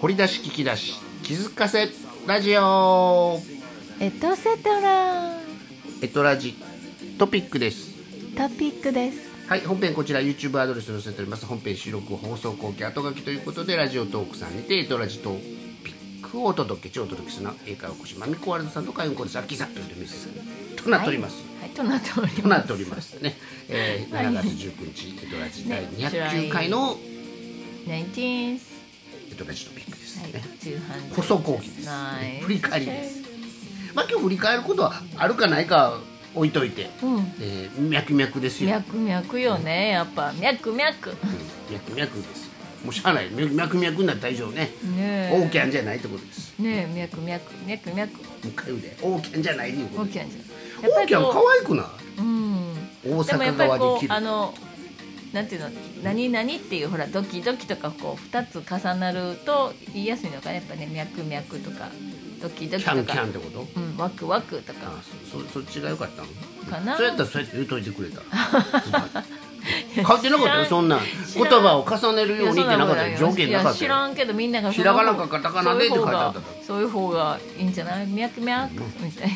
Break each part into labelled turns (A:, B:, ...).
A: 掘り出し聞き出し気づかせラジオ
B: エトセトラ
A: エトラジトピックです
B: トピックです
A: はい本編こちら YouTube アドレスに載せております本編収録放送後期後書きということでラジオトークさんにてエトラジトピックをお届けちお届けするのは英会話講師まみこわるさんとかゆんこですアッキーさんというメッセージとなっております、
B: はい、はい、となっております
A: となっておりますね、えー、7月19日エトラジ第209回の
B: ナインティーンス
A: エトラジトピックです
B: はい
A: ね、
B: 重版
A: 放送後期です
B: ナイス
A: 振り返りですまあ今日振り返ることはあるかないかは置いといて、
B: うん
A: えー、脈々ですよ
B: 脈々よねやっぱ脈
A: うん
B: 々
A: 脈々ですよもうしゃあない脈脈々になった以上ね
B: ねえ
A: 大きゃんじゃないってことです
B: ねえ脈々脈々
A: もう一回言うで大きゃんじゃないっていうこと
B: 大
A: で
B: きなんじゃない
A: 大きゃん可愛くない
B: いうん
A: 大
B: でもや
A: 阪
B: っぱり
A: 側で
B: こ
A: 切
B: う
A: る
B: あのなんていうの何々っていうほらドキドキとかこう二つ重なると言いやすいのかねやっぱね脈々とかドキド
A: キ
B: キとか
A: ャンキャンってこと
B: うんワクワクとか
A: あそそそっちが良かったの
B: かな
A: そうやったらそうやって言うといてくれたらズバリ書いてなかったよそんなん
B: 知
A: 言
B: らん
A: 葉を重ねるようにって
B: いや
A: なか
B: そ
A: っ
B: ん
A: た
B: こ
A: よ
B: と
A: 条件なか
B: いや
A: った
B: 知
A: よ
B: らんけどみんなが
A: ひらがなかカタカナでって書いてあったんだ
B: そういう方がそういう方がいいんじゃない脈々みたい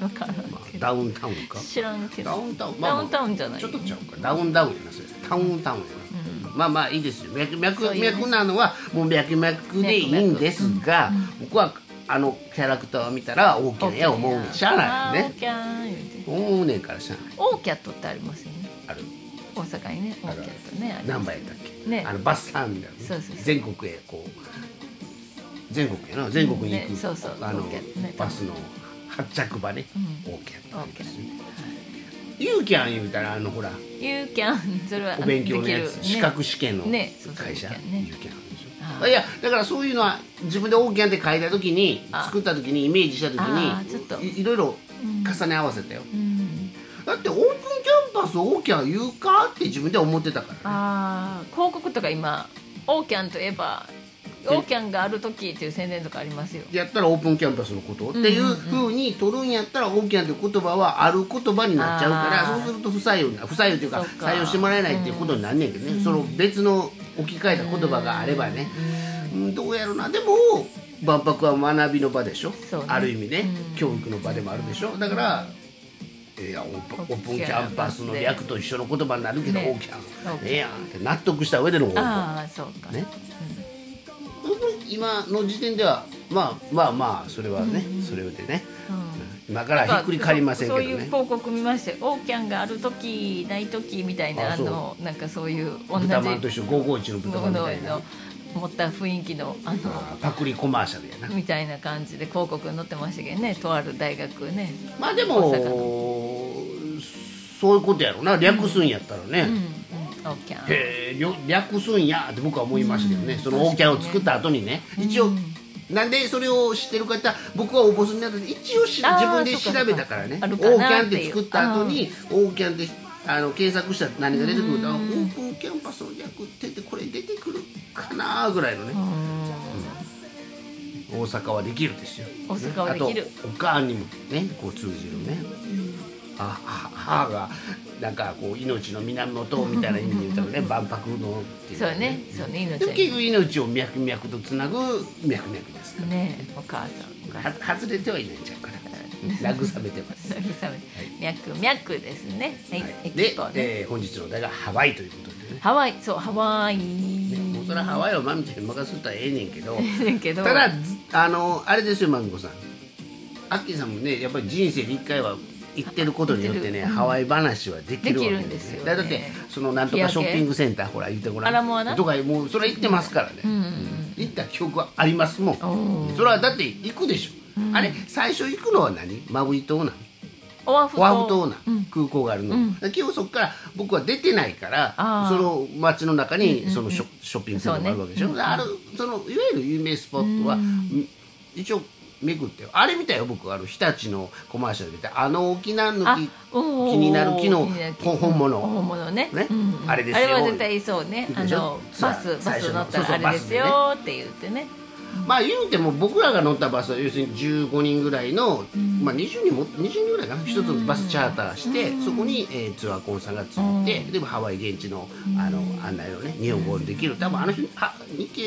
B: なのかな
A: まあダウンタウンか
B: 知らんけ
A: ダウ
B: ど
A: ンタウン、
B: ダウンタウンじゃない
A: ちょっとちゃうかダウンダウンやなそれタウンタウンやな、まあまあいいですよ脈脈脈なのはもう脈々でいいんですが、僕はあのキャラクターを見たら大きなや思うねんしゃあないよ
B: オー
A: ね
B: キャン言うて
A: 思うねんからしゃあない
B: オーキャットってありますよね
A: ある
B: 大阪にねオーキャットねあります
A: 何番やったっけ、
B: ね
A: あのバスターミナルね
B: そうそうそう
A: 全国へこう全国やな全国に行く、
B: ねそうそう
A: あの、
B: オーケーね
A: バスの発着場ね、
B: うん
A: オーケー
B: オーキャット
A: ゆうきゃん言うたらあのほら
B: ユーキャンそれは
A: お勉強のやつ、
B: できるね
A: 資格試験の
B: ねそうそう
A: 会社、
B: 有権ね
A: 有権あるでし
B: あ
A: ょ
B: あ
A: いやだからそういうのは自分でオーケーって書いた時に
B: あ
A: 作った時にイメージした時
B: ああちょっと
A: にいいろいろ重ね合わせたよ、
B: うん
A: だってオープンキャンパスオーケー言うかって自分で思ってたから
B: ああ広告とか今オーキャンといえばオーキャンがある時っていう宣伝とかありますよ
A: やったらオープンキャンパスのことっていうふうに取るんやったらオーケーって言葉はある言葉になっちゃうから
B: あー
A: そうすると不採用な不採用というか
B: そっか
A: 採用してもらえないっていうことになんねんけどね、その別の置き換えた言葉があればね、うん、どうやろなでも万博は学びの場でしょ、
B: そうね
A: ある意味ね、教育の場でもあるでしょだから、ええやんオープンオープンキャンパスの略と一緒の言葉になるけど、
B: ね
A: オーキャン
B: オーキャン
A: ええやんって納得した上でのオープン
B: ああそうか
A: ね今の時点ではまあまあまあそれはね、それでね
B: うん
A: 今からひっくり返りませんけど
B: そういう
A: ね
B: 広告見ましたよオーキャンがある時ない時みたいな
A: あ
B: あ
A: そう
B: のなんかそういう同じ
A: 豚まんと一緒551の豚ま
B: の
A: んみたいな
B: の持った雰囲気のあの
A: あーパクリコマーシャルやな
B: みたいな感じで広告に載ってましたけどねとある大学ね
A: まあで
B: 大阪
A: もそういうことやろな略すんやったらね、
B: うんうんオーキャン
A: へえりょ略すんやって僕は思いましたけどね、そのオーキャンを作った後にね一応、なんでそれを知ってる方僕は応募するにあたって一応し
B: あー
A: 自分で調べたからね
B: そ
A: オーキ
B: うかそうかあるか
A: ャン
B: なっ
A: って
B: い
A: て
B: う
A: 作った後にオーキャンであの検索したら何が出てくるとあオープンキャンパスの略ってってこれ出てくるかなぐらいのね大阪はできるですよ
B: 大阪はできる
A: ねあとおかんにもねこう通じるね、あは母がなんかこう命の源みたいな意味で言ったらね万博のっていう
B: そうねそうね
A: でも
B: 命
A: 結局命を脈々とつなぐ脈々ですから、
B: ねお母さんお母さん
A: は外れてはいないんちゃうから慰めてます、
B: 脈脈ですねはい、
A: はい、
B: エ
A: で
B: キ、ポね、
A: えー本日のお題がハワイということでね
B: ハワイそうハワイ
A: もうそれはハワイはまみちゃんに任せたらええねんけど
B: だけ ど
A: ただずあのあれですよまみこさんアッキーさんもねやっぱり人生で一回は行ってることによってね、ハワイ話はできるわけ
B: できるんですよね
A: だってそのなんとかショッピングセンターほら言ってごらん
B: アラモアナ
A: とかもうそれ行ってますからね、行った記憶はありますもんそれはだって行くでしょ、あれ最初行くのは何マウイ島なの
B: オアフ
A: オアフ島
B: 島
A: な空港があるの、だから基本そこから僕は出てないから
B: あー
A: その街の中にそのショ,、ショッピングセンターがあるわけでしょ、
B: そうね
A: あるそのいわゆる有名スポットは、一応巡ってよあれ見たよ僕あの日立のコマーシャルで見たあの沖縄の
B: あ
A: 木
B: うん
A: 気になる木の
B: 気になる木
A: ほ本物
B: 本物ね
A: ね
B: うん
A: あれですよ
B: あれは絶対そうね
A: 行く
B: あ
A: でしょ
B: の
A: ツア
B: バ
A: ー
B: スバ
A: 最初
B: ス
A: の
B: 乗った
A: そうそう
B: らあれですよ
A: バ
B: って言ってね
A: まあ言うても僕らが乗ったバスは要するに15人ぐらいの、まあ、20人も20人ぐらいかな一つのバスチャーターして、そこに、えーツアーコンさんがついて、でもハワイ現地のあの案内をね日本語にできる多分あの日は日系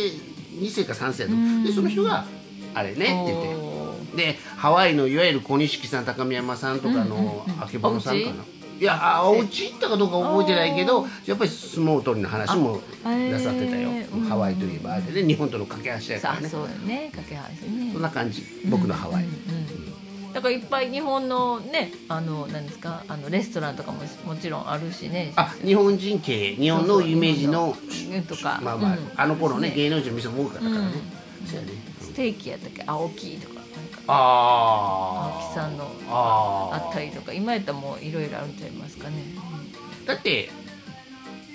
A: 2世か3世だと
B: うん
A: でその人があれねって言って
B: おー
A: でハワイのいわゆる小錦さん高宮山さんとか
B: うんうん
A: の
B: うん
A: あけぼのさんかな、
B: お家
A: いやあお家行ったかどうか覚えてないけどやっぱり相撲取りの話も
B: あへー
A: なさってたよ、
B: うん
A: ハワイといえばあれでね日本との架け橋やか
B: さ
A: ら
B: あ
A: ね
B: そうよねかけはりね
A: そんな感じ僕のハワイ、
B: うんうんうんだからいっぱい日本のねあの何ですかあのレストランとかももちろんあるしね
A: あ日本人系日本の有名人の
B: そうそう日本のとか
A: まあまあ、
B: うん
A: あの頃ね
B: ね
A: 芸能人の店も多かったからね、そうやね
B: ステーキやったっけ青木とかなんか
A: ああ
B: 青木さんの
A: あ
B: あ
A: ー
B: ったりとか今やったらもういろいろあるんちゃいますかね
A: だって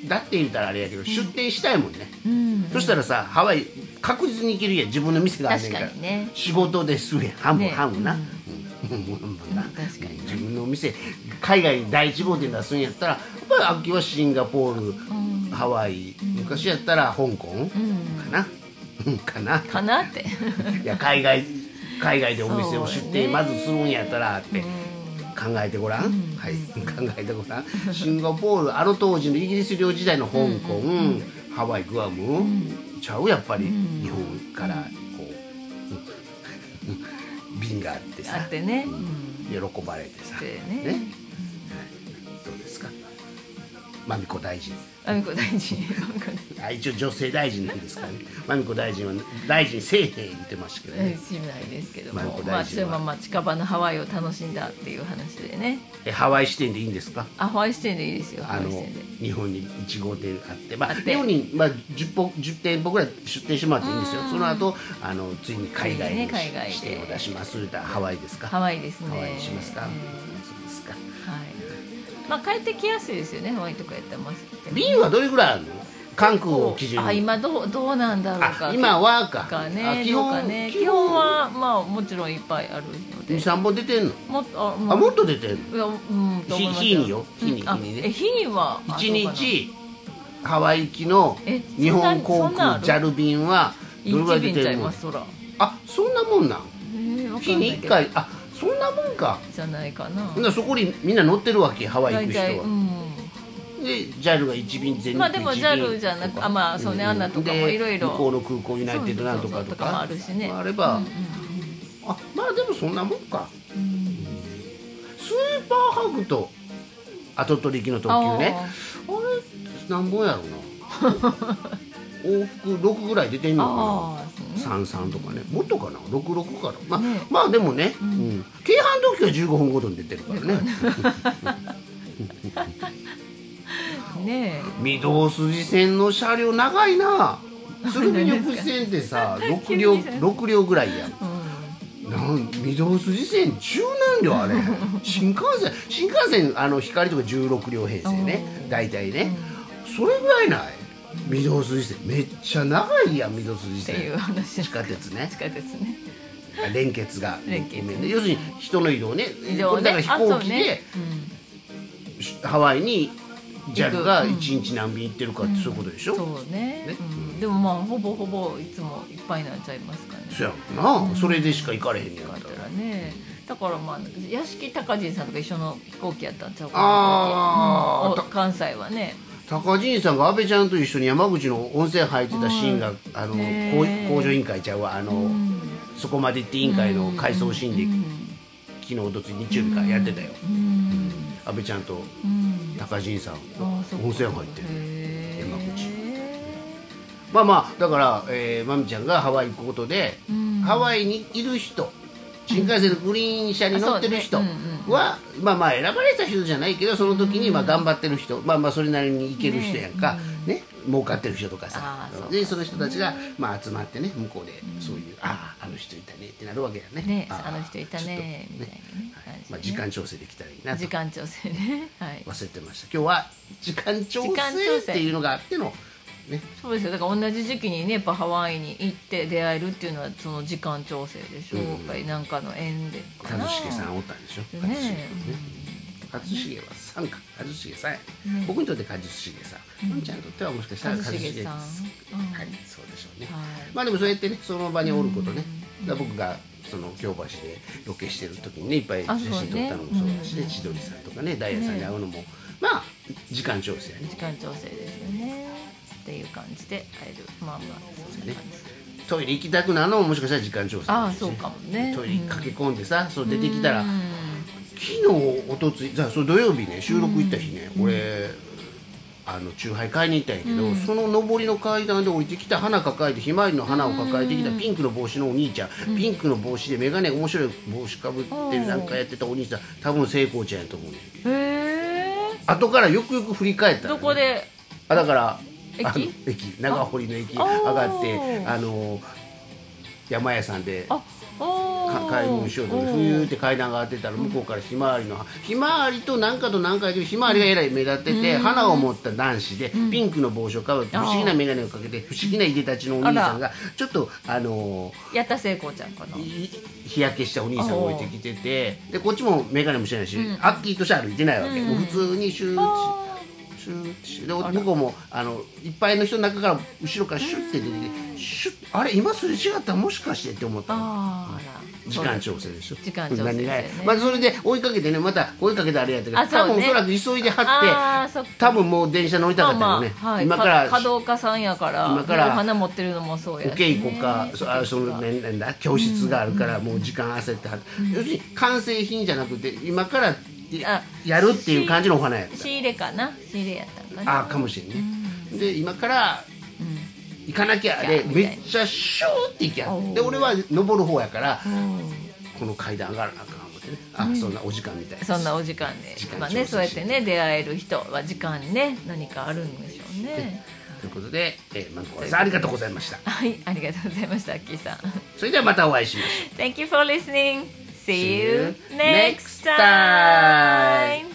A: だって言うたらあれやけど、出店したいもんね、
B: うん
A: そしたらさハワイ確実に行けるやん自分の店があんねんから
B: 確かにね
A: 仕事ですやん半分
B: ね
A: 半分な、う
B: う
A: ん半分な
B: うん確かに
A: 自分のお店海外第一号店出すんやったらやっぱり秋はシンガポール、
B: ん
A: ハワイ昔やったら香港
B: うん
A: かな、うん、かな
B: か なって
A: いや海外海外でお店を出
B: そうね
A: 店まずするんやったらって考えてごらん、
B: うん
A: はい 考えてごらんシンガポールあの当時のイギリス領時代の香港、ハワイグアム、ちゃうやっぱり、
B: ん
A: 日本からこう、うん 瓶があって
B: あ
A: さ
B: ってねうん
A: 喜ばれてさ
B: でね
A: どうですかまみこ大臣
B: あみこ大臣
A: あ一応女性大臣なんですからねまみこ大臣は大臣せえへん言ってましたけどね
B: 知らないですけど
A: まみ
B: も
A: こ大臣は
B: まあそのまま近場のハワイを楽しんだっていう話でね
A: えハワイ支店でいいんですか
B: あハワイ支店でいいですよハ
A: あ
B: ワイ
A: の
B: 支店で
A: 日本に1号店あって、まあ、
B: あって
A: 日本に、まあ、10, 本10店舗ぐらい出店してもらっていいんですよその後あのついに海外に
B: ついにね海外で
A: 支店を出します言うたらハワイですか
B: ハワイですね
A: ハワイにしますか、
B: え
A: そうですか
B: ーはいまあ帰ってきやすいですよねハワイとかやったらまあ
A: 瓶はどれぐらいあるの関空を基準に
B: あ今どうどうなんだろう
A: あ
B: か
A: 今はか
B: か
A: あ
B: ね
A: 基
B: どう
A: 本
B: かね基本はまあもちろんいっぱいあるので
A: 23本出てんの
B: もっとあ,、
A: あもっと出てんの
B: いやうんと思います
A: 日日によ日に
B: うんあ
A: 日にね
B: え日には
A: 1
B: あどうかな
A: 日ハワイ行きの
B: え
A: 日本航
B: そん
A: 空
B: なんそん
A: JAL 便はどれぐらい
B: 一
A: 出
B: 便ち
A: て
B: ゃい
A: んの
B: ますそら
A: あそんなもんなん
B: えーわかん
A: 日
B: ない
A: に
B: け
A: 1
B: ど
A: 回あそんなもんか
B: じゃないかな
A: ほんならそこにみんな乗ってるわけハワイ行
B: 大
A: く人は
B: 体うん
A: で JAL が1便全日空
B: まあでも
A: 一便
B: JAL じゃなく
A: とか
B: あまあそうね
A: ん
B: アナとかも
A: で
B: いろいろ
A: 向こうの空港ユナイテッドなんとか
B: そうそうそ
A: と
B: うとかも
A: か
B: あるしね
A: まああれば、
B: うん
A: あまあでもそんなもんか
B: うんうん
A: スーパーハグと後取り行きの特急ねあれ何本やろうな 往復6ぐらい出てんのかな
B: ああそうね
A: 33とかねもっとかな66かなまあ、
B: ね
A: まあでもね、うん京阪特急は15分ごとに出てるからね
B: ね
A: 御堂筋線の車両長いな鶴 見緑地線ってさ6両6両ぐらいやん
B: え、うん
A: なん御堂筋線十何両あ れ新幹線新幹線あの光とか16両編成ね
B: うん
A: 大体ね、それぐらいない御堂筋線めっちゃ長いやん御堂筋
B: ってい
A: 線
B: う話
A: 地下鉄ね
B: 地下鉄ね
A: 連結が
B: 連結
A: ごめんね要するに人の移動ね
B: 移動
A: これだから
B: ね
A: 飛
B: あそう
A: 行機で、
B: ね
A: ハワイに JAL が
B: 行くうん
A: 1日何便行ってるかってそういうことでし
B: う
A: ょ、
B: んそうね
A: ね
B: うんでもまあほぼほぼいつもいっぱいになっちゃいますからね
A: そやろな、それでしか行かれへんねん
B: よ
A: か
B: からったらねだからまあ屋敷隆人さんとか一緒の飛行機やったんちゃうかな
A: あー
B: うんお関西はね
A: 高陣さんが安倍ちゃんと一緒に山口の温泉入ってたシーンが、あの
B: ね
A: 工
B: え
A: 工場委員会ちゃうわあの、そこまで行って委員会の回想シーンで、昨日おとつい日曜日からやってたよ、
B: うん
A: 安倍ちゃんと
B: うん
A: 高陣さん
B: あーそっか
A: 温泉入ってる
B: へー
A: 山口まあまあだから、えー、まみちゃんがハワイ行くことで、
B: うん
A: ハワイにいる人新幹線のグリーン車に乗ってる人
B: あそうねうん
A: は、まあまあ選ばれた人じゃないけどその時にまあ頑張ってる人、まあまあそれなりに行ける人やんか、ね儲かってる人とかさ
B: あーそう
A: でその人たちがまあ集まってね向こうでそういう、あああの人いたねってなるわけだね
B: ね
A: ー
B: あの人いたね
A: ちょっと
B: みたいなね
A: はい
B: 感じで
A: まあ、時間調整できたらいいなと
B: 時間調整ねはい
A: 忘れてました今日は時間調
B: 時間調
A: 整っ
B: 整
A: ていうのがあってのね
B: そうですよだから同じ時期にねやっぱハワイに行って出会えるっていうのはその時間調整でしょ、
A: うん
B: やっぱりなんかの縁でか
A: 一
B: な
A: 茂さんおったんでしょ一茂
B: ね
A: 一茂は三か一茂さんやね
B: ね
A: 僕にとって一茂さんのんちゃんにとってはもしかしたら一
B: 一
A: 茂です
B: 茂さんうん
A: はいそうでしょうね
B: はい
A: まあでもそうやってねその場におることねだから僕がその京橋でロケしてる時にねいっぱい写
B: あそうね
A: 真撮ったのもそうだしね千鳥さんとかねダイヤさんに会うのもまあ時間調整やね
B: 時間調整ですよねっていう感じで会えるまあまあそんな感じ
A: トイレ行きたくなるのももしかしたら時間調整
B: ああ
A: ですね
B: そうかもね
A: トイレに駆け込んでさ、そう出てきたら、
B: うん
A: 昨日おとついじゃあその土曜日ね収録行った日ね、俺あのチューハイ買いに行ったんやけど、その上りの階段で降りてきた花抱えてひまわりの花を抱えてきたピンクの帽子のお兄ちゃん、ピンクの帽子で眼鏡面白い帽子かぶって
B: うん
A: なんかやってたお兄さん多分聖子ちゃんやと思うねん
B: へえ
A: 後からよくよく振り返ったらね、
B: どこで
A: あだから
B: 駅
A: あの駅長堀の駅
B: あー
A: 上がってあの山屋さんで
B: あお
A: か
B: ー
A: 買い物しようと思ってふーって階段が上がってたら向こうからひまわりのひまわりと何かと何かやけどひまわりがえらい目立ってて花を持った男子でピンクの帽子をかぶって
B: あ
A: 不
B: ー
A: 思議な眼鏡をかけて不思議な出たちのお兄さんがちょっとあのー
B: やった聖子ちゃんかない
A: 日焼けしたお兄さんを置いてきててでこっちも眼鏡もしてないし、アッキーとしては歩いてないわけ、もう普通にシュー
B: あ
A: シューシューで向こうもあのいっぱいの人の中から後ろからシュッて出てきてシュッあれ今すれ違ったもしかしてって思ったの
B: あら
A: 時間調整でしょ
B: 時間調整だよね
A: 何がやまあ、それで追いかけてねまた追いかけてあれやったけど、
B: あそう
A: 多
B: ね
A: 分おそらく急いで
B: あ
A: 張
B: ーそ
A: っ
B: ってか
A: 多分もう電車乗りたかったよね、
B: はい、
A: 今
B: 今
A: か
B: から
A: ら
B: 華道家さんやから
A: 今から
B: ね花持ってるのもそうやし
A: 受け行こうか、そあそのねなんだ教室があるからもう時間焦っては、要するに完成品じゃなくて今からや
B: あ
A: やるっていう感じのお花やった
B: 仕入れかな仕入れやったんかな
A: あかもしれんね、で今から
B: うん
A: 行かなきゃ
B: いや
A: で
B: みたい
A: め
B: な
A: っちゃシューって行きゃ
B: おー
A: で俺は登る方やから
B: うん
A: この階段上がらなあかん思ってねあ、そんなお時間みたいです
B: そんなお時間で
A: 時間
B: まあ
A: 調
B: ね
A: 整
B: そうやってね出会える人は時間にね何かあるんでしょうね
A: ということで、えー、マンコさんありがとうございました
B: はいありがとうございましたアッキーさん
A: それではまたお会いしましょう
B: Thank you for listening See
A: See
B: you
A: you next
B: next
A: time.
B: time